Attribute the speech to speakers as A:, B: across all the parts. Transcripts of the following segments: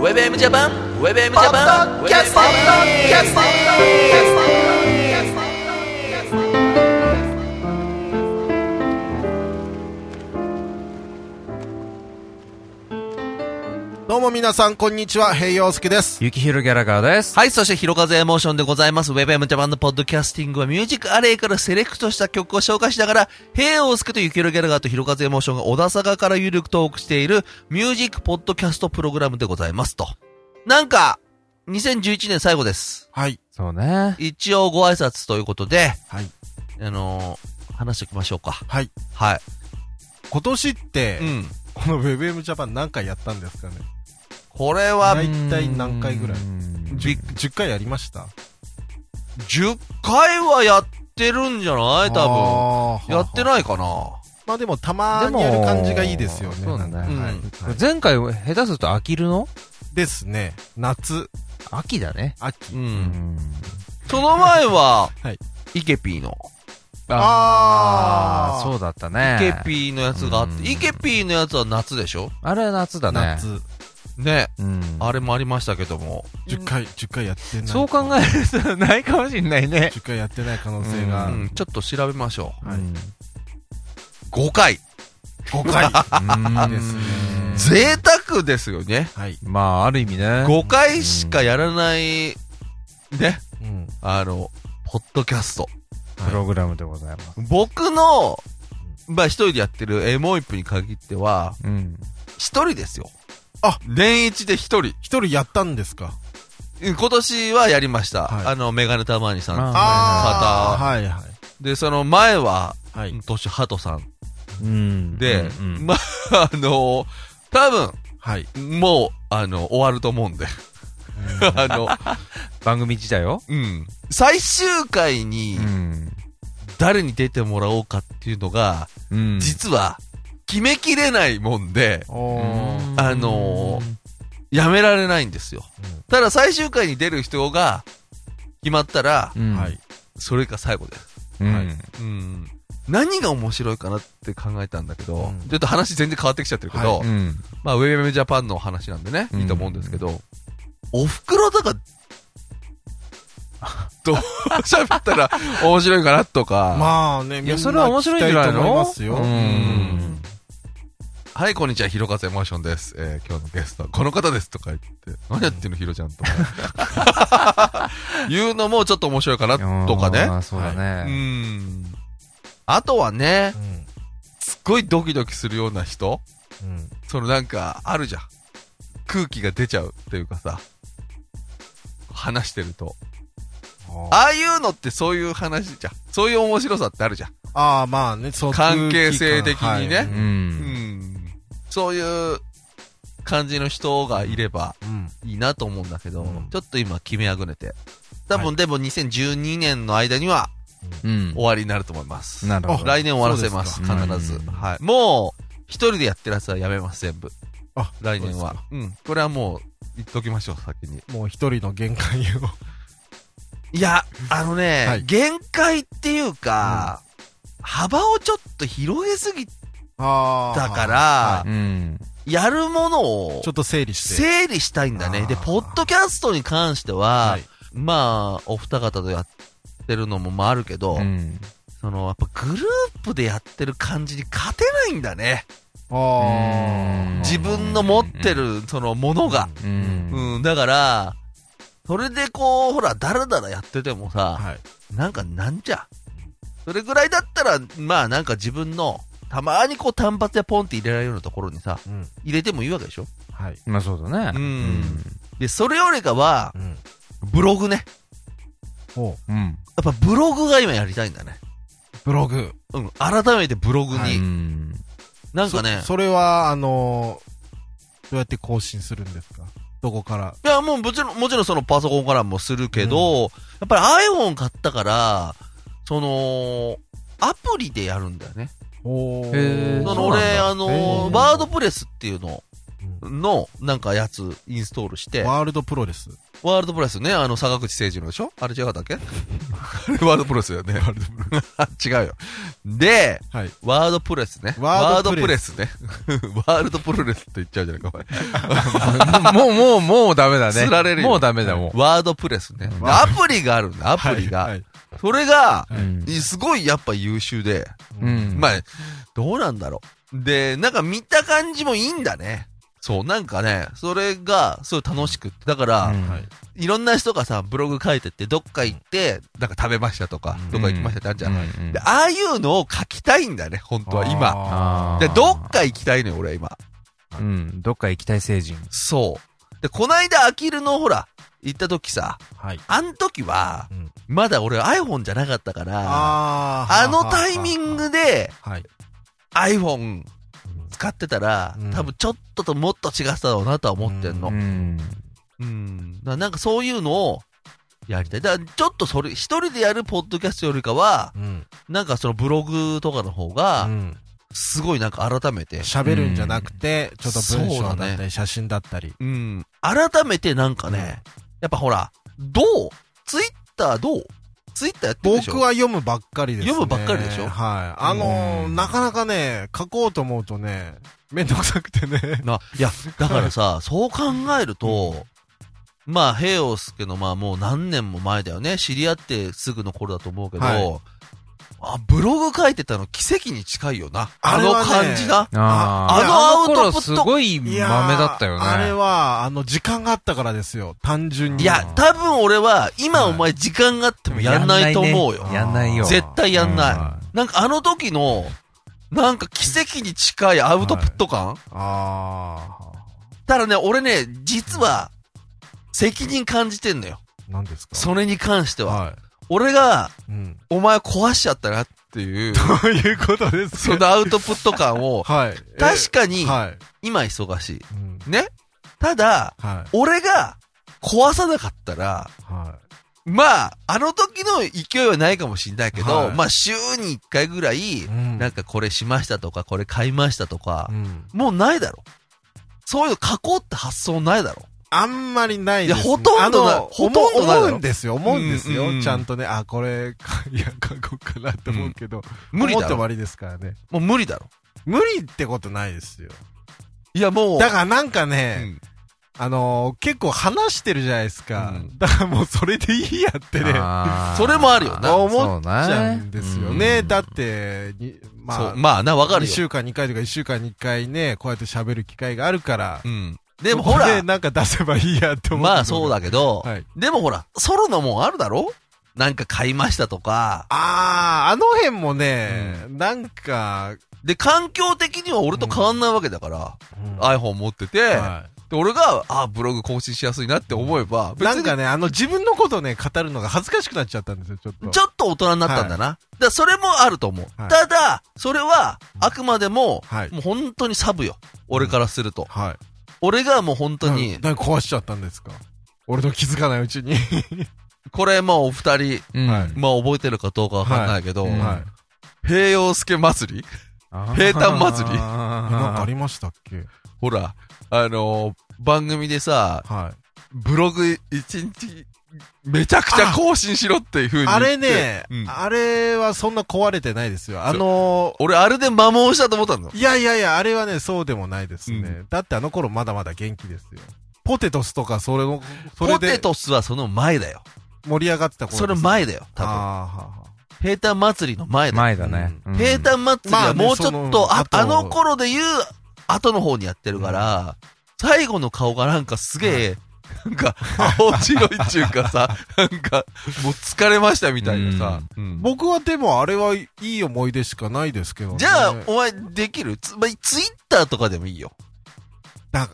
A: WebM ジャパン WebM ジ
B: パ
A: ャパ
B: ッ
A: ン
B: ドキャスティングキャスティング
C: どうも皆さん、こんにちは。平洋介です。
D: ゆきひろギャラガーです。
A: はい、そして、ひろかぜエモーションでございます。WebM ジャパンのポッドキャスティングは、ミュージックアレイからセレクトした曲を紹介しながら、平を助とゆきるギャラガーとひろかぜエモーションが小田坂からゆるくトークしている、ミュージックポッドキャストプログラムでございますと。なんか、2011年最後です。
C: はい。
D: そうね。
A: 一応ご挨拶ということで、
C: はい。
A: あのー話しておきましょうか。
C: はい。
A: はい。
C: 今年って、
A: うん。
C: この WebM ジャパン何回やったんですかね
A: これは、
C: 大体何回ぐらい
A: び
C: 10, 10回やりました
A: 10回はやってるんじゃない多分。やって
C: い
A: ないかな
C: まあでもたまにやる感じがいいですよね。
D: でもそうだ
C: なん
D: ね
C: かはい
A: うん
C: はい
D: 前回、下手すると飽きるの
C: ですね。夏、
D: 秋だね。
C: 秋。
A: う。
D: うんん。
A: その前は、
C: はい
A: イケピーの、
C: あー
D: あーそうだった
A: イ
D: ね。
A: ケピーのやつがあっ
D: うん
A: て、イケピーのやつは夏でしょ
D: あれは夏だね。。
C: 夏、
A: ね。
D: うん。
A: あれもありましたけども。
C: 10回、10回やってない。
D: そう考えると、ないかもしんないね。
C: 10回やってない可能性
A: う
C: が
A: ん、ちょっと調べましょ
C: はいう
A: う。5回。
C: 5回。
D: ん。
C: ですね
A: 贅沢ですよね。
C: はい。
D: まあ、ある意味ね。
A: 5回しかやらない、ね、
C: うん。
A: あの、ポッドキャスト。
D: プログラムでございます。
A: 僕の、まあ一人でやってるエモイップに限っては、
D: うん。
A: 一人ですよ。
C: あ
A: 年一で一人。
C: 一人やったんですか
A: 今年はやりました。
C: はい
A: あの、メガネたまにさん。
D: あ
A: あー
C: はいはい。
A: で、その前は、
C: はい。
A: 年ハトさん。
D: うん。
A: で、
D: うんうん
A: まあ、あの多
C: はい。
A: 分、もう、あの、終わると思うんで。 あの、
D: 番組自体を
A: うん。最終回に
D: う、ん。
A: 誰に出てもらおうかっていうのが、
D: うん
A: 実は、決めきれないもんで、
C: おー。
A: あのーやめられないんですよ。ただ、最終回に出る人が、決まったら、
D: うん
C: は。い。
A: それが最後です。
D: うん
C: はい
A: うん。何が面白いかなって考えたんだけど、
C: うん
A: ちょっと話全然変わってきちゃってるけど、
D: うん。
A: まあ、ウェブジャパンの話なんでね、
D: うん
A: いいと思うんですけど、お袋とか、 どう 喋ったら面白いかなとか、
C: まあね、
D: いや、それは面白いんじゃないの
C: みん聞きたと思いますよ。
D: う
C: うん
D: ん。
A: はい、こんにちは、ひろかぜモーションです。えー今日のゲストはこの方ですとか言って、何やってんの、ひろちゃんとか。言うのもちょっと面白いかなとか
D: あ
A: ね。
D: ーそうだ
A: う
D: ね。
A: ん。あとはね、すっごいドキドキするような人
C: うんうん
A: そのなんか、あるじゃん。空気が出ちゃうっていうかさ、話してると。
C: あ
A: ああいうのってそういう話じゃん。そういう面白さってあるじゃん。
C: あー、まあね、そう
A: 関係性的にね
C: 空気感
D: う。
C: はい
A: うんん。そういう感じの人がいれば
C: うん
A: いいなと思うんだけど、
C: うん
A: ちょっと今決めあぐねて。多
C: は
A: 分でも2012年の間には
D: うん
A: 終。わりになると思います。
D: なるほど。
A: 来年終わらせます、
C: そう
D: ですか
A: 必ず。
D: うん
A: はい。もう、一人でやってるやつはやめます、全部。
C: あ、
A: 来年
C: そうで
A: は。うん。これはもう、言っときましょう、先に。
C: すか。もう一人の限界を。
A: いや、あのね、
C: はい
A: 限界っていうか、幅をちょっと広げすぎ
C: あ
A: だから、
D: うん。
A: やるものを
C: ちょっと整理して。
A: 整理したいんだね。で、
C: あー
A: ポッドキャストに関しては、
C: はい
A: まあ、お二方とやってるのもまああるけど、
D: うん。
A: その、やっぱグループでやってる感じに勝てないんだね。
C: あ
D: うん
C: あ。
A: 自分の持ってる、その、ものが。
D: う。
A: うんん、だから、それでこう、ほら、だらだらやっててもさ、
C: はい。
A: なんかなんじゃ。それぐらいだったら、まあなんか自分の、たまにこう単発でポンって入れられるようなところにさ、
C: うん。
A: 入れてもいいわけでしょ
C: はい。
D: まあそうだね。
A: うんで、それよりかは、
C: うん。
A: ブログね。
C: ほう。
D: うん。うん。
A: やっぱブログが今やりたいんだね。
C: ブログ。
A: うん、改めてブログに。
C: はいう
A: なんかね
C: そ、それは、あのー、どうやって更新するんですかどこから
A: いやもうもちろん、もちろんそのパソコンからもするけど、やっぱり iPhone 買ったから、その、アプリでやるんだよね。
C: お
D: へー
A: そ
D: そ
A: の
D: うなん
A: 俺、
D: だ
A: あ
D: へ
A: の
D: ー
A: ワードプレスっていうのを
C: うん
A: の、なんかやつインストールして、
C: ワールドプロレス。
A: ワールドプレスね、あの、坂口誠二のでしょあれ違かったっけあれワールドプレスよね。ワールドプレ ス。違うよ。で、
C: はい。
A: ワールドプレスね。ワー
C: ワ
A: ド
C: ード
A: プ
C: プ
A: レ
C: レ
A: スね。 ワールドプロレスって言っちゃうじゃないか、お前。
D: もう、もう、もうダメだね。
A: 釣られるよ
D: もうダメだ、も
A: ワードプレスね。
C: ワ
A: アプリがあるんだ、アプリが。
C: はいはい
A: それが、
D: う。うん。
A: すごいやっぱ優秀で。
D: うん
A: まあ、どうなんだろう。で、なんか見た感じもいいんだね。そう、なんかね、それが、すごい楽しくって。だから、
D: うん
C: はい。
A: いろんな人がさ、ブログ書いてって、どっか行って、なんか食べましたとか、どっか行きましたってあるじゃん。
D: うんうん
A: でああいうのを書きたいんだね、本当は今。
D: あー
A: で、どっか行きたいのよ、俺は今。
D: うん。どっか行きたい成人。
A: そう。で、こないだ、アキルのほら、行った時さ、
C: はい。
A: あん時は
C: うん、
A: まだ俺 iPhone じゃなかったから、
C: あ
A: あのタイミングで
C: はい。
A: iPhone 使ってたら
C: う、ん
A: 多分ちょっとともっと違ってたろうなとは思ってんの
D: う。ん。
A: うん。ななんかそういうのをやりたい。だからちょっとそれ、一人でやるポッドキャストよりかは、
C: うん。
A: なんかそのブログとかの方が、すごいなんか改めて、
C: 喋るんじゃなくて、ちょっと文章
A: そう
C: だっ
A: だ
C: たり、写真だったり。
A: うん、改めてなんかね、やっぱほら、どうツイッターどうツイッターやってるでしょ
C: 僕は読むばっかりですね。
A: 読むばっかりでしょ
C: はい。あの
D: う
C: ー、
D: ん
C: なかなかね、書こうと思うとね、めんどくさくてね。
A: な、いや、だからさ、そう考えると、まあ、平洋介の、まあもう何年も前だよね。知り合ってすぐの頃だと思うけど、
C: はい
A: あ、ブログ書いてたの奇跡に近いよな。あ
C: あれ
A: の
C: はね
A: 感じな。
D: あ
A: あ
D: あ
A: の
D: の
A: アウトプ
D: 頃
A: ット
D: すごい
C: い
D: 豆
C: やー
D: だったよね。
C: あれは、あの、時間があったからですよ。単純に。
A: いや、多分俺は、今お前時間があってもやんないと思うよ。
C: ね
D: やんないよ。
A: 絶対やんない。
D: うん
A: なんかあの時の、なんか奇跡に近いアウトプット感、
C: あ
A: ただね、俺ね、実は、責任感じてんのよ。
C: ー。何ですか
A: それに関しては。
C: は
A: 俺が、
C: い。うん。
A: お前壊しちゃったなって いう、
C: ということです
A: そのアウトプット感 を、
C: はい。
A: 確かに、
C: はい。
A: 今忙し
C: うん
A: い。ね。ただ、
C: は
A: 俺が壊さなかったら、
C: い。は
A: まあ、あの時の勢いはないかもしんないけど、
C: はい
A: まあ、週に1回ぐらい、
C: い。うん
A: なんかこれしましたとか、これ買いましたとか
C: う、ん
A: もうないだろ。そういうの書こうって発想ないだろ。
C: あんまりないです、ね。
A: いやほとんどない
C: あの
A: ほとんどないだろ
C: 思うんですよ、思うんですよ。
A: うんうんうん
C: ちゃんとね、あ、これ、かいや、書こうかなって思うけど、
A: 無理
C: 思っ
A: だ
C: て終
A: ろ。
C: わりですからね。
A: もう無理だろ。
C: 無理ってことないですよ。
A: いやもう、
C: だからなんか
A: う
C: ね、
A: ん
C: あのー、結構話してるじゃないですか。
A: うん
C: だからもうそれでいいやってね、思っ
D: あー
A: それもあるよな
D: そう
C: ち
D: ね
C: ゃうんですよね。
D: うん
C: だって、に
A: そ
C: ま
A: う、
C: あ、
A: まあな、わかる
C: 2
A: よ。
C: 週間2回とか1週間2回ね、こうやって喋る機会があるから
A: う、ん。でも ほら
C: そこ、でなんか出せばいいやって思う。
A: まあそう。だけど、
C: はい
A: でもほら、ソロのもんあるだろなんか買いましたとか。
C: ああ、あの辺もね、なんか、
A: で、環境的には俺と変わんないわけだから、iPhone 持ってて、
C: は
A: で俺が、あブログ更新しやすいなって思えば、
C: い
A: 別
C: なん
A: に
C: かね、あの自分のことをね、語るのが恥ずかしくなっちゃったんですよ、ちょっと。
A: ちょっと大人になったんだな。だからそれもあると思う。
C: はい
A: ただ、それは、あくまでも、
C: はい
A: もう本当にサブよ。俺からすると。
C: はい。
A: 俺がもう本当
C: な
A: に、
C: なんか壊しちゃったんですか俺の気づかないうちに。
A: これまあお二人、
D: うん
C: はい
A: まあ覚えてるかどうかわかんないけど、
D: はいう ん
C: はい。
A: 平洋介祭り
D: あー
A: 平坦祭り
C: え なんか
D: あ
C: ありましたっけ
A: ほら、あのー番組でさ、
C: は
A: ブログ一日、めちゃくちゃ更新しろっていう風
C: い。
A: に。
C: あれ。ね
A: う、ん
C: あれはそんな壊れてないですよ。あの
A: 俺あれで摩耗したと思ったの。
C: いやいやいや、あれはね、そうでもないです
A: う
C: ね。だってあの頃まだまだ元気ですよ。ポテトスとか、それの、そ
A: ポ
C: れ
A: テ
C: で
A: トスはその前だよ。
C: 盛り上がってた頃です
A: それ前だよ、多分。
C: あーは
A: 平坦祭りの前
D: ー
A: だよ
D: 前だね。うん
A: 平坦祭りはもうちょっ
C: まあね
A: と、ああ
C: その後
A: の頃で言う、後の方にやってるから、最後の顔がなんかすげえ、なんか、青白いっていうか さ、なんか、もう疲れましたみたいなさ。うん
C: 僕はでもあれはいい思い出しかないですけどね。
A: じゃあ、お前、できるつ、まあ、ツイッターとかでもいいよ。
C: だ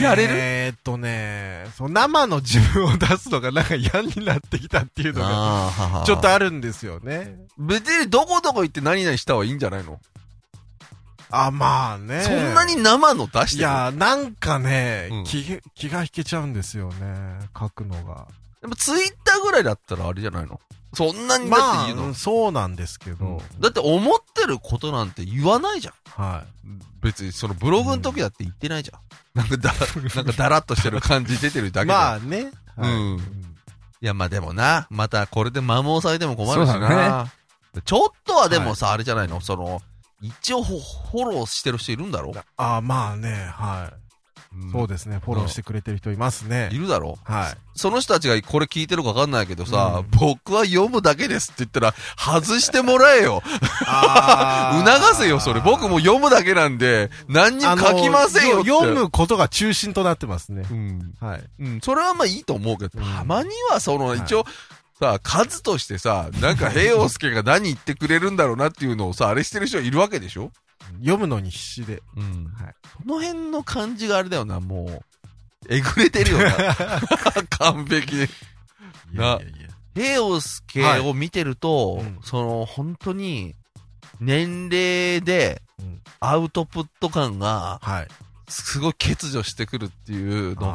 A: やれる
C: えーっとね、その生の自分を出すのがなんか嫌になってきたっていうのが、
A: あ
C: ちょっとあるんですよね。
A: 別にどこどこ行って何々した方がいいんじゃないの、
C: あ、まあね。
A: そんなに生の出して
C: い
A: る
C: や、なんかね、
A: うん
C: 気、気が引けちゃうんですよね。書くのが。
A: でもツイッターぐらいだったらあれじゃないのそんなにだっ
C: ま
A: て言うの、
C: あ、そうなんですけ
D: うん
C: ど、
A: だって思ってることなんて言わないじゃん。
C: は
A: 別にそのブログの時だって言ってないじゃん。なんかだ、なんかだらっとしてる感じ出てるだ
C: い。
A: けで。
C: まあね。はい
A: うん。いやまあでもな、またこれで摩耗されても困るし
D: そうだ
A: な。ちょっとはでもさ、あれじゃないのその、一応フォフォローしてる人いるんだろ、
C: ああ、まあね、はい。そうですね、フォローしてくれてる人います
A: い
C: ね。
A: るだろ
C: はい。
A: その人たちがこれ聞いてるかわかんないけどさ、僕は読むだけですって言ったら、外してもらえよ。
C: あー
A: 促せよ、それ。僕も読むだけなんで、何にも書きませんよ
C: あ
A: っ
C: の
A: て。
C: 読むことが中心となってますね。
A: うん。
C: はい。
A: うん。それはまあいいと思うけど、
C: うん
A: たまにはその、
C: い
A: 一応、さ、数としてさ、なんか平洋介が何言ってくれるんだろうなっていうのをさ、あれしてる人いるわけでしょ
C: 読むのに必死で。
A: うん
C: はい
A: その辺の感じがあれだよな、もう。えぐれてるよな。完璧に。
C: いやいやいや
A: 平洋介を見てると、
C: はいうん
A: その、本当に、年齢で
C: うん、
A: アウトプット感が、
C: はい。
A: すごい欠如してくるっていうのが、
C: が、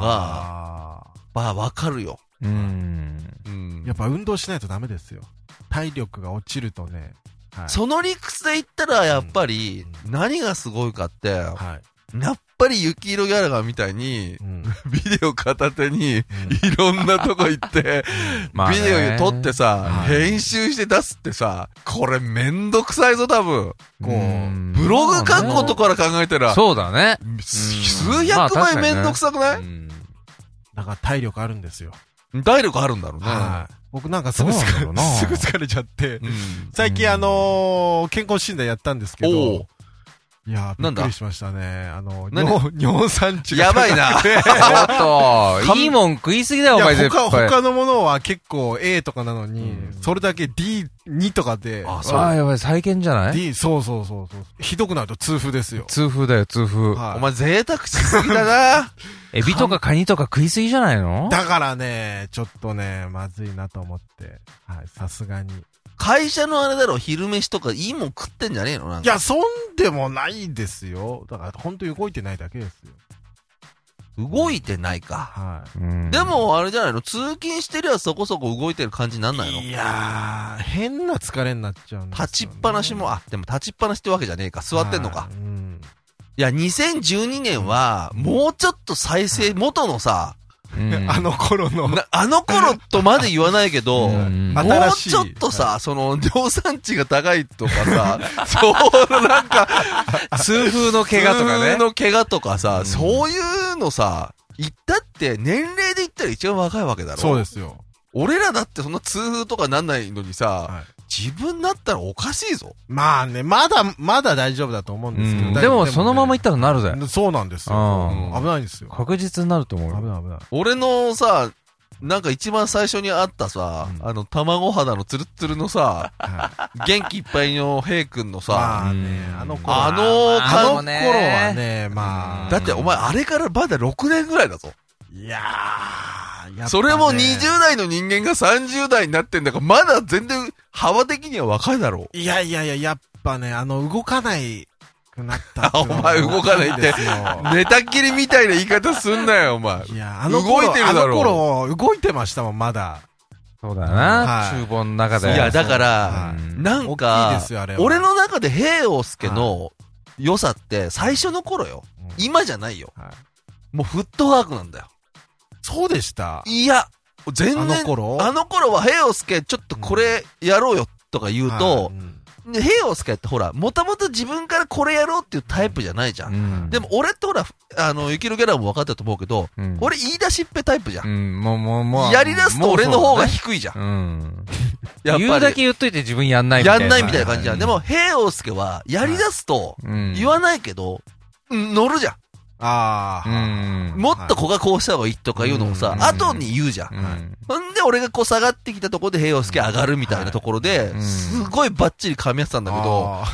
A: まあ、わかるよ。
D: うん。
A: うん
C: やっぱ運動しないとダメですよ。体力が落ちるとね。はい。
A: その理屈で言ったら、やっぱり、
C: う
A: 何がすごいかって、や
C: はい。
A: っぱり雪色ギャラガーみたいに
C: う、ん。
A: ビデオ片手に、いろんなとこ行って、
D: まあ
A: ビデオ撮ってさ、
C: はい
A: 編集して出すってさ、これめんどくさいぞ、多分。
C: こう
A: ブログ書くこと
D: か
A: から考えたら、
D: そうだね。
A: 数百
D: まあ確
A: 枚
D: かにね
A: めんどくさくない
D: うん
C: だから体力あるんですよ。
A: 体力あるんだろうね。
C: はい。僕なんかすぐ疲
D: どうなんだろ
C: れ、
D: うな
C: すぐ疲れちゃって。
A: うん
C: 最近あのー、健康診断やったんですけ
A: お
C: ど
A: う。
C: いやー、び
A: な
C: っ
A: んだ
C: くりしましたね。あの、
A: 何
C: 尿尿酸値が。
A: やばいな。
D: おっと、いいもん食いすぎだよ、お前
C: いや
D: 絶
C: 他、
D: 対。
C: 他のものは結構 A とかなのに
D: うん、
C: それだけ D2 とかで、
A: あそう
D: ああ、やばい、再建じゃない
C: D、そうそうそうそう。ひどくなると痛風ですよ。
D: 痛風だよ、痛風。
C: はい
A: お前贅沢しすぎだな。
D: エビとかカニとか食いすぎじゃないの
C: だからね、ちょっとね、まずいなと思って。はい、さすがに。
A: 会社のあれだろ、昼飯とかいいもん食ってんじゃねえのなん
C: い
A: か。
C: や、そんでもないですよ。だから、本当に動いてないだけですよ。
A: 動いてないか。
C: は
D: うん
A: で、も、あれじゃないの通勤してりゃそこそこ動いてる感じになんないの
C: い。いやー、変な疲れになっちゃうんですよね、
A: 立ちっぱなしも、あ、でも立ちっぱなしってわけじゃねえか。座ってんのか
C: はい。うん。
A: いや、2012年は、もうちょっと再生、元のさ、
D: うん
C: あの頃の、
A: なあの頃とまで言わないけど、
D: う
A: もうん
C: 新しい。
A: ちょっとさ、その、量産値が高いとかさ、そうのなんか、
D: 痛風の怪我とか
A: 普
D: ね
A: 通。の怪我とかさ、
D: うん
A: そういうのさ、言ったって、年齢で言ったら一番若いわけだろ。
C: そうですよ。
A: 俺らだってそんな痛風とかなんないのにさ、
C: はい
A: 自分だったらおかしいぞ。
C: まあね、まだ、まだ大丈夫だと思うん
D: う
C: ですけど。
D: ん
C: だ
D: でも、そのままい
C: い
D: ったらなるぜ。
C: そうなんですよ。
D: うん
C: うん危ないんですよ。
D: 確実になると思う
C: 危
D: よ。
C: ない危ない。
A: 俺のさ、なんか一番最初にあったさ、
D: うん
A: あの、卵肌のツルッツルのさ、
C: はい
A: 元気いっぱいのヘイ君のさ、
C: まあね、あの頃
A: あの
C: は。あの
A: 顔
C: 頃はね、まあ。
A: だってお前あれからまだ6年ぐらいだぞ。
C: いやー、やっぱね
A: それも20代の人間が30代になってんだから、まだ全然幅的には若いだろう。
C: いやいやいや、やっぱね、あの、動かないくなったって
A: あ、
C: い
A: お
C: うのは
A: 前動かないって
C: ですよ。
A: 寝たきりみたいな言い方すんなよ、お前。
C: いや、あの頃、
A: 動いてるだろ
C: あの頃、動いてましたもん、まだ。
D: そうだよな。
C: はい
D: 厨房の中で。
A: いや、だか
C: は
A: ら、
D: うん
A: なん
C: 大きい
A: か
C: ですよ、あれは
A: 俺の中で平洋介の良さって、最初の頃よ。
C: うん
A: 今じゃないよ。
C: はい
A: もうフットワークなんだよ。
C: そうでした
A: いや、全然、
C: あの頃
A: あの頃は平洋介ちょっとこれやろうよとか言う
C: はい
A: と
C: う、ん
A: で平洋介ってほら、もともと自分からこれやろうっていうタイプじゃないじゃん。
D: うん
A: でも、俺ってほら、あの、ゆきるギャラも分かったと思うけど、
D: うん
A: 俺言い出しっぺタイプじゃ。
D: うんん、もう、もう、もう。
A: やり出すと俺の方が
D: もう
A: 低いじゃん。
D: そうだねうん。
A: やっぱり。
D: 言うだけ言っといて自分やんないみた
A: や
D: いな。
A: んないみたいな感じじゃん。でも、
D: は
A: 平洋介は、やり出すと、
D: い、うん
A: 言わないけど、うん乗るじゃ
C: あ
D: う
C: ー。
D: ん。
A: ん。もっとこがこうした方がいいとかいうのをさ、
D: うん
A: 後に言うじゃん。
D: うん
A: ほんで、俺がこう下がってきたところで平洋介上がるみたいなところで
D: う、ん
A: すごいバッチリ噛み合ってたんだけど、
C: あ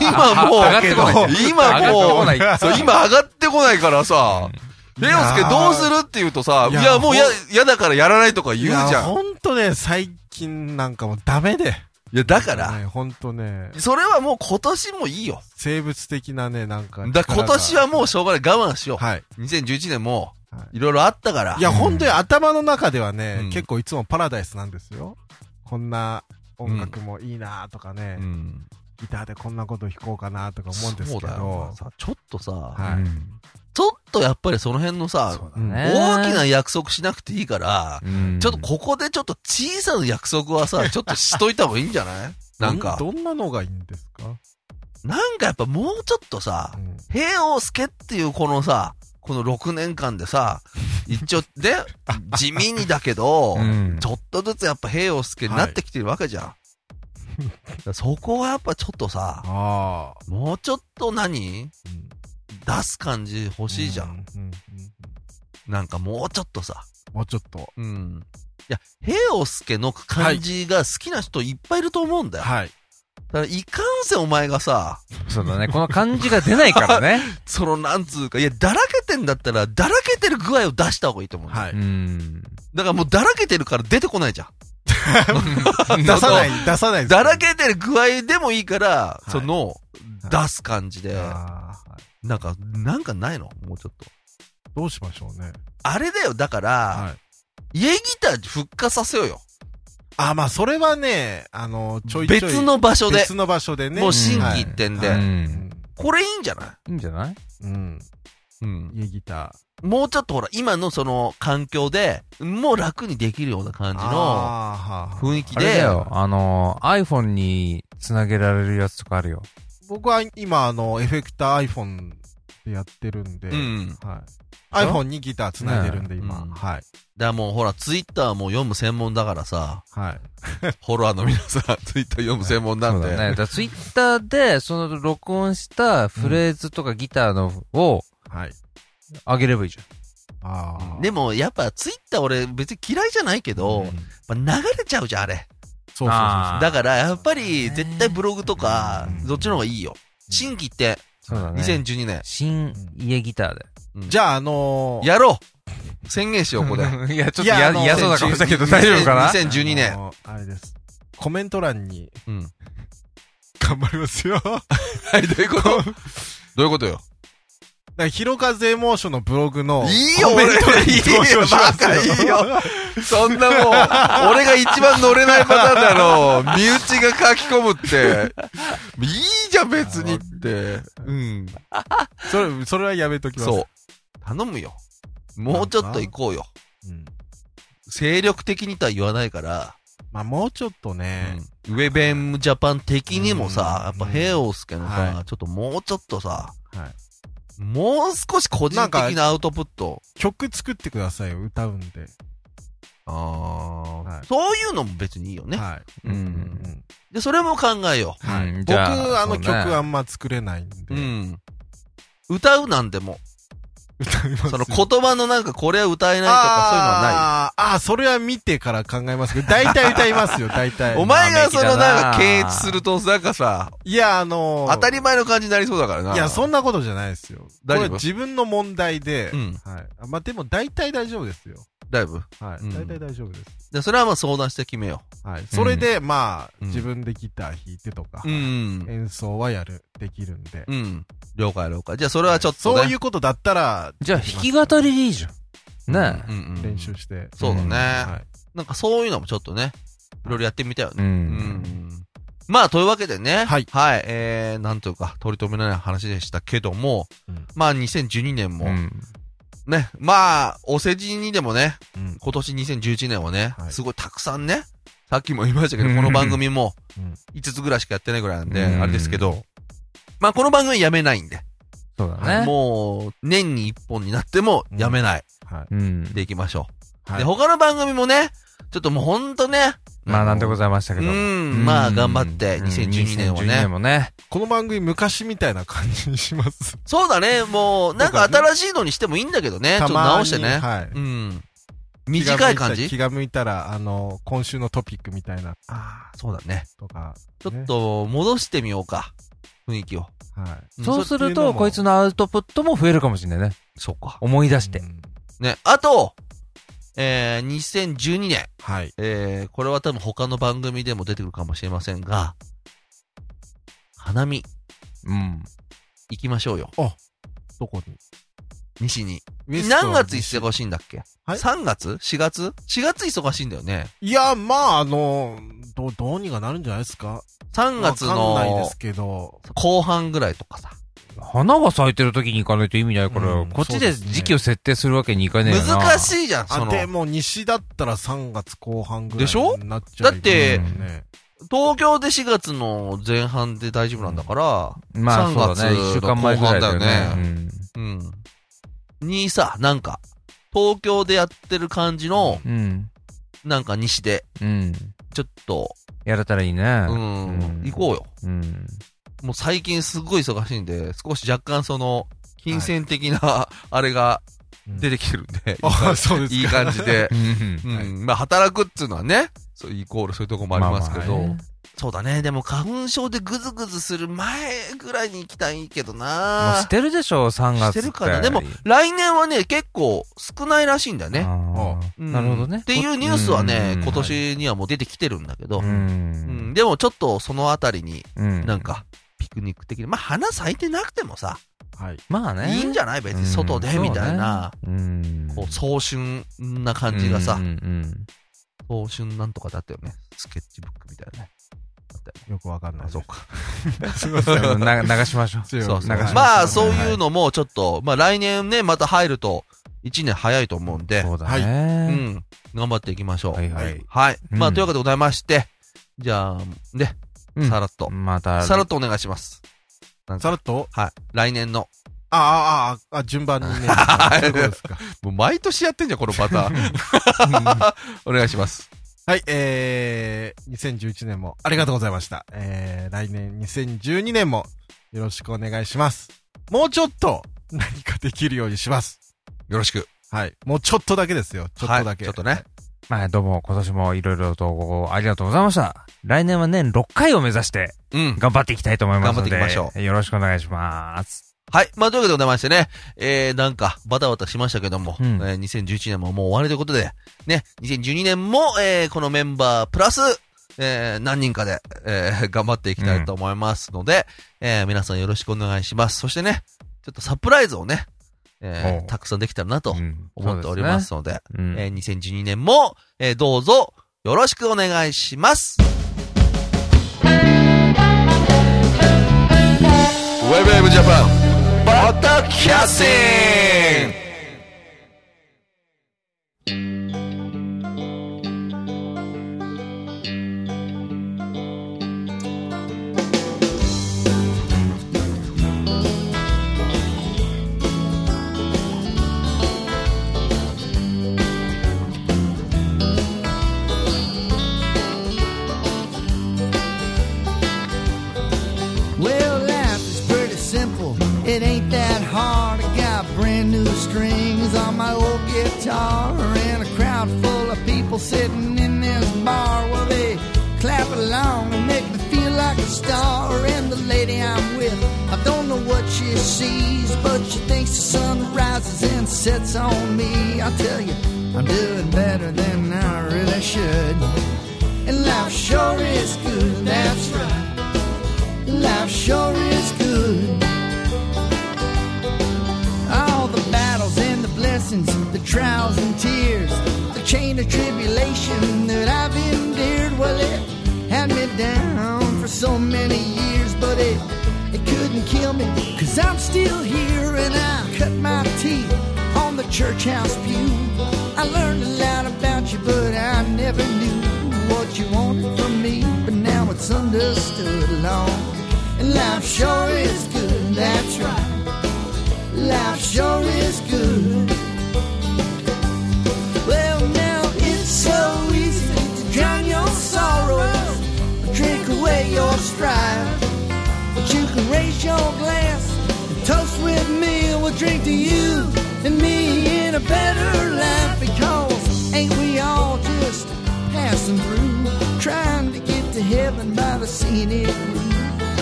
A: 今もう、
D: 上がってこない
A: 今もう、
D: 上がってこない
A: そう、今上がってこないからさ、平洋介どうするって言うとさ、い
C: いやー
A: や、もうや
C: ほん、
A: 嫌だからやらないとか
C: ー
A: 言うじゃん。
C: ほんとね、最近なんかもうダメで。
A: いや、だから、
C: ね。ほんとね、
A: それはもう今年もいいよ。
C: 生物的なね、なんか。
A: だから今年はもう
C: 力
A: しょうがない。我慢しよ
C: が、はい。
A: う。2011年も、
C: はい
A: いろいろあったから。
C: いや、本当に頭の中ではね、
A: うん
C: 結構いつもパラダイスなんですよ。こんな音楽もいいなとかね、
A: うん。
C: ギターでこんなこと弾こうかなとか思うんです
A: そう
C: け
A: だよ
C: ど
A: な、さちょっとさ、
C: はい
A: ちょっとやっぱりその辺のさ、
C: うん
A: 大きな約束しなくていいから、
D: な
A: ちょっとここでちょっと小さな約束はさ、ちょっとしといた方がいいんじゃないなんか、
C: どんなのがいいんですか、
A: なんかやっぱもうちょっとさ
C: う、ん
A: 平を助っていうこのさ、この6年間でさ、一応、で、地味にだけど、
D: うん
A: ちょっとずつやっぱ平を助になってきてるわけじゃん。だからそこはやっぱちょっとさ、
C: ああ、
A: もうちょっと何
C: うん
A: 出す感じ欲しいじゃん。、
C: ううん
A: なんかもうちょっとさ。
C: もうちょっ と。
A: うん。いや、平尾助の感じが好きな人いっぱいいると思うんだよ。
C: はい。
A: だからいかんせお前がさ、
D: そうだね。この感じが出ないか らね。
A: そのなんつうか、いや、だらけてんだったら、だらけてる具合を出した方がいいと思う。
C: はい。
D: うん。
A: だからもうだらけてるから出てこないじゃん。
C: 出さない、出さないです
A: だらけてる具合でもいいから、
C: い
A: その、
C: は
A: 出す感じで
C: い、あーはい
A: なんか、なんかないのもうちょっと。
C: どうしましょうね。
A: あれだよ、だから、
C: はい。
A: 家ギター復活させようよ。
C: あ、まあ、それはね、あの、ちょいちょい。
A: 別の場所で
C: 別。の場所でね。
A: もう
D: し
A: 新規一点で、
C: は
D: う
C: うんん。
A: これいいんじゃない
D: いいんじゃない
C: うん。
A: うん。
C: 家ギター。
A: もうちょっとほら、今のその環境で、もう楽にできるような感じの
C: あーはあ
A: 雰囲気
D: あれだ
A: で、
D: よ。あの、iPhone に繋げられるやつとかあるよ。
C: 僕は今、あの、エフェクター iPhone でやってるんで、
A: うん。だか
C: はい。iPhone にギター繋いでるんで、今。
A: うん
C: はい。
A: らもうほら、ツイッターも読む専門だからさ、
C: はい。
A: フォロワーの皆さん、ツイッター読む専門なん
D: そう
A: で。
D: だね。だからツイッターで、その録音したフレーズとかギターのを
C: はい。
D: 上げればいいじ
C: ああ。
A: でもやっぱツイッター俺別に嫌いじゃないけど、やっぱ流れちゃうじゃん、あれ。
C: そうそうそう
D: あー
A: だからやっぱり絶対ブログとか
C: う、ん
A: どっちの方がいいよ。新規って、
D: ゃん。そうだね。
A: 2012年。
D: 新家ギターで。
A: うん
C: じゃあ、あのー、
A: やろう宣言しよう、これ。
D: いや、ちょっと
C: いやあ
D: 嫌
C: の
D: 嫌そうだかもしれないけど、大丈夫かな
A: 2012
C: あ
A: 年。
C: のーあれです。コメント欄に、
A: うん。
C: 頑張りますよ。
A: はい、どういうことどういうことよ
C: だからひろかぜエモーションのブログの、
A: いいよ、
C: コメ
A: 俺
C: ント欄に投
A: いいよ
C: 票、し
A: バ
C: ますよ
A: カいいよ。そんなもう、俺が一番乗れないパターンだろう。身内が書き込むって。いいじゃん、別にって。うん。
C: それ、それはやめときます。
A: そう。頼むよ。もうちょっと行こうよ。
C: うん。
A: 精力的にとは言わないから、
C: まあ、もうちょっとね、
A: ウェベンジャパン的にもさ、や
C: う
A: っ
C: ん
A: ぱヘイオスケのさ、
C: は
A: ちょっともうちょっとさ、
C: はい。
A: もう少し個人
C: なん
A: 的なアウトプット。
C: 曲作ってくださいよ、歌うんで。
A: あ
C: ーはい
A: そういうのも別にいいよね。
C: はい。
D: う。
C: うんん
A: で、それも考えよ
C: は
D: う
C: い
D: ん。じ
C: 僕、
D: ゃあ
C: あの
D: そうね
C: 曲あんま作れないん
A: う。
C: で。
A: う ん。歌うなんでも。
C: 歌いますよ。
A: その言葉のなんかこれは歌えないとか
C: あーあー、それは見てから考えますけど、大体歌いま すよ、大
A: そういうのはな
C: 体。
A: い。お前がそのなん
D: ま
A: か
D: あ
A: 検閲するとなんかさ、
C: いや、あのー
A: 当たり前の感じになりそうだからな。
C: いや、そんなことじゃないですよ。こ
A: 大丈夫
C: れ自分の問題で、
A: うん
C: はい。あまあ、でも大体大丈夫ですよ。
A: だいぶ。
C: はい。
A: うん
C: 大体大丈夫です。
A: で、それはまあ相談して決めよ
C: はい。それで、まあ、
A: うん
C: 自分でギター弾いてとか
A: う。、ん。
C: 演奏はやる、できるんで。
A: うん。了解了解。じゃあそれはちょっと、ね。
C: そういうことだったら、
D: じゃあ、弾き語りでいいじゃん。ね
A: うんうん
C: 練習して。
A: そうだね、
C: はい。
A: なんかそういうのもちょっとね、いろいろやってみたよ
D: え。
A: ね。
D: う。
A: うんん。まあ、というわけでね。
C: はい
A: はい。えー、なんというか、取り留めのない話でしたけども、
C: うん
A: まあ、2012年も、
D: うん
A: ね、まあ、お世辞にでもね、
C: うん
A: 今年2011年はね、
C: はい
A: すごいたくさんね、さっきも言いましたけど、この番組も
C: うん、
A: 5つぐらいしかやってないぐらいなんで、
D: うん
A: あれですけど、まあ、この番組やめないんで、
D: そうだね。
A: もう、年に1本になってもやめない
C: はい。
D: うん。
A: でいきましょう。
C: はい
A: で、他の番組もね、ちょっともうほんとね。
D: まあ、なんでご
A: ざい
D: ざいました
A: ま
D: けど。
A: うん、まあ頑張って、
D: うん
A: 2012年を
D: 2012
A: ね
D: 年。もね。
C: この番組昔みたいな感じにします。
A: そうだね、もう、なんか新しいのにしてもいいんだけどね、ちょ
C: た
A: っと
C: まに
A: 直してね。
C: はい。
A: うん。短い感
C: 気
A: じ
C: が向いたら、あの、今週のトピックみたいな、
A: ああ、そうだね。
C: とか。
A: ちょっと、戻してみようか。雰囲気を。
C: ね。はい。
A: うん
D: そうする
C: そういうの
D: と、
C: も
D: こいつのアウトプットも増えるかもしれないね。
A: そうか。
D: 思い出して
C: う。ん
A: ね、あと、えー、2012年。
C: はい。
A: えー、これは多分他の番組でも出てくるかもしれませんが、花見、
D: うん。
A: 行きましょうよ。
C: どこに
A: 西に。
C: ミストは
A: 何月忙しいんだっけ、
C: はい
A: ?3 月 ?4 月 ?4 月忙しいんだよね。
C: いや、まあ、あの、どう、どうにかなるんじゃないですか
A: 3月
C: わかんないで
A: の
C: すけど。
A: 後半ぐらいとかさ。
D: 花が咲いてる時に行かないと意味ないから、
C: うん
D: こっち
C: そう
D: で
C: ですね
D: 時期を設定するわけにいかねえよな。
A: 難しいじゃん、そ
C: あ、
A: の。
C: でも、西だったら3月後半ぐらい
A: でしょ
C: になっちゃう、
A: だって
C: ね、
A: 東京で4月の前半で大丈夫なんだから、
D: まあ、そうだね。
A: 3
D: 一週間前ぐらいだよね。
A: 後半うん。にさ、なんか、東京でやってる感じの、
D: うん。うん。
A: なんか西で、
D: うん。
A: ちょっと、
D: やれたらいいね。
A: うん、行こうよ。
D: う。うん。
A: もう最近すごい忙しいんで、少し若干その、金銭的な、 あれが出
C: て、
A: てきてるん で、
C: あ、そうですか。
A: いい感じで
D: う。ん
A: う
C: はい
A: ん、まあ働くっつうのはね、そうイコールそういうとこもありますけど、
D: まあまあね
A: そうだね、でも花粉症でぐずぐずする前ぐらいに行きたいけどな
D: もうしてるでしょ、3月
A: してるかなでも、来年はね、結構少ないらしいんだよ
D: ね
A: ね。。うん
D: なるほどね。
A: っていうニュースはね、
D: うん
A: 今。年にはもう出てきてるんだけど、
D: う
A: うん
D: ん。
A: でもちょっとそのあたりに、
D: うん
A: なん。か、ピクニック的に、まあ花咲いてなくてもさ、
C: はい。
D: まあね。
A: いいんじゃない別
D: うん
A: に外で、みたいな、。
D: そうねうん。
A: こう、早春な感じがさ
D: うん、うん
A: 早春なんとかだったよね。スケッチブックみたいなね。だったよね
C: よくわかん ない
A: あ、
C: です。
A: そうか。
C: すいません
D: うんな流しましょう。
C: そう
A: そうそう
D: 流します
A: まあ、
D: そ
A: そうう
D: ね
A: いうのもちょっと、まあ来年ね、また入ると、1年早いと思うんで、
D: そうだね。
A: うん、頑張っていきましょう。
D: はいは
C: はいい。
A: はい。ま
D: う
A: あ、
D: ん
A: というわけでございまして、じゃあ、ね、
D: うん
A: さらっと、
D: また、
A: さらっとお願いします。
C: さらっと
A: はい。来年の。
C: ああ、ああ、あ、順番に ね。そういうことですか。
A: もう毎年やってんじゃん、このパターン。 お願いします。
C: はい、えー、2011年もありがとうございました。えー、来年2012年もよろしくお願いします。もうちょっと何かできるようにします。
A: よろしく。
C: はい。もうちょっとだけですよ。ちょっとだけ。
A: はいちょっとね。
D: まあ、どうも、今年もいろいろとごありがとうございました。来年は年6回を目指して、
A: うん。
D: 頑張っていきたいと思いますので。
A: 頑張っていきまし
D: ょう。よろしくお願いします。
A: はい。まあ、というわけでございましてね、えー、なんか、バタバタしましたけども、
D: うん
A: えー2011年ももう終わりということで、ね、2012年も、えー、このメンバープラス、えー、何人かで、えー、 頑張っていきたいと思いますので、えー、皆さんよろしくお願いします。そしてね、ちょっとサプライズをね、え
D: おう
A: ー、たくさんできたらなと
D: うん
A: 思っておりま。すので、
D: そうですねうん
A: えー2012年も、えーどうぞよろしくお願いします。ウェブウェブジャパンバタキャスティン
E: Well, life is pretty simple. It ain't that hard. I got brand new strings on my old guitar and a crowd full of people sitting in this bar. Well, they clap along and make me feel like a star. And the lady I'm with, I don't know what she sees, but she thinks the sun rises and sets on me. I tell you, I'm doing better than I really should. And life sure is good, that's right. Life sure is good. All the battles and the blessings, the trials and tears, the chain of tribulation that I've endured. Well, it had me down for so many years, but it it couldn't kill me, cause I'm still here and I cut my teeth on the church house pew. I learned a lot about you, but I never knew what you wanted from me, but now it's understood long. And life sure is good, that's right. Life sure is good. Well, now it's so easy to drown your sorrows, drink away your strife. But you can raise your glass and toast with me. We'll drink to you and me in a better life because ain't we all just passing through, trying to get to heaven by the scenic route?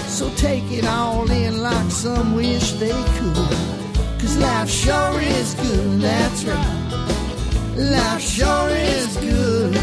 E: So take it all in like some wish they could. Cause life sure is good, that's right. Life sure is good.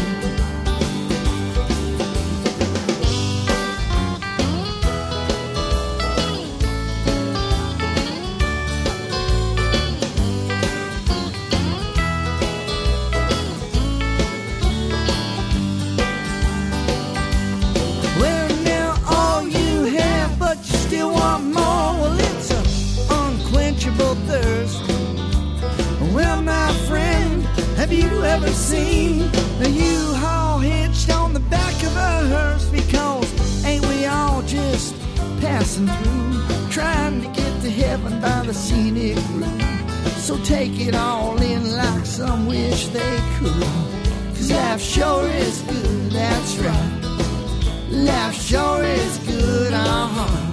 E: scenic route. So take it all in like some wish they could. Cause life sure is good, that's right. Life sure is good, uh huh.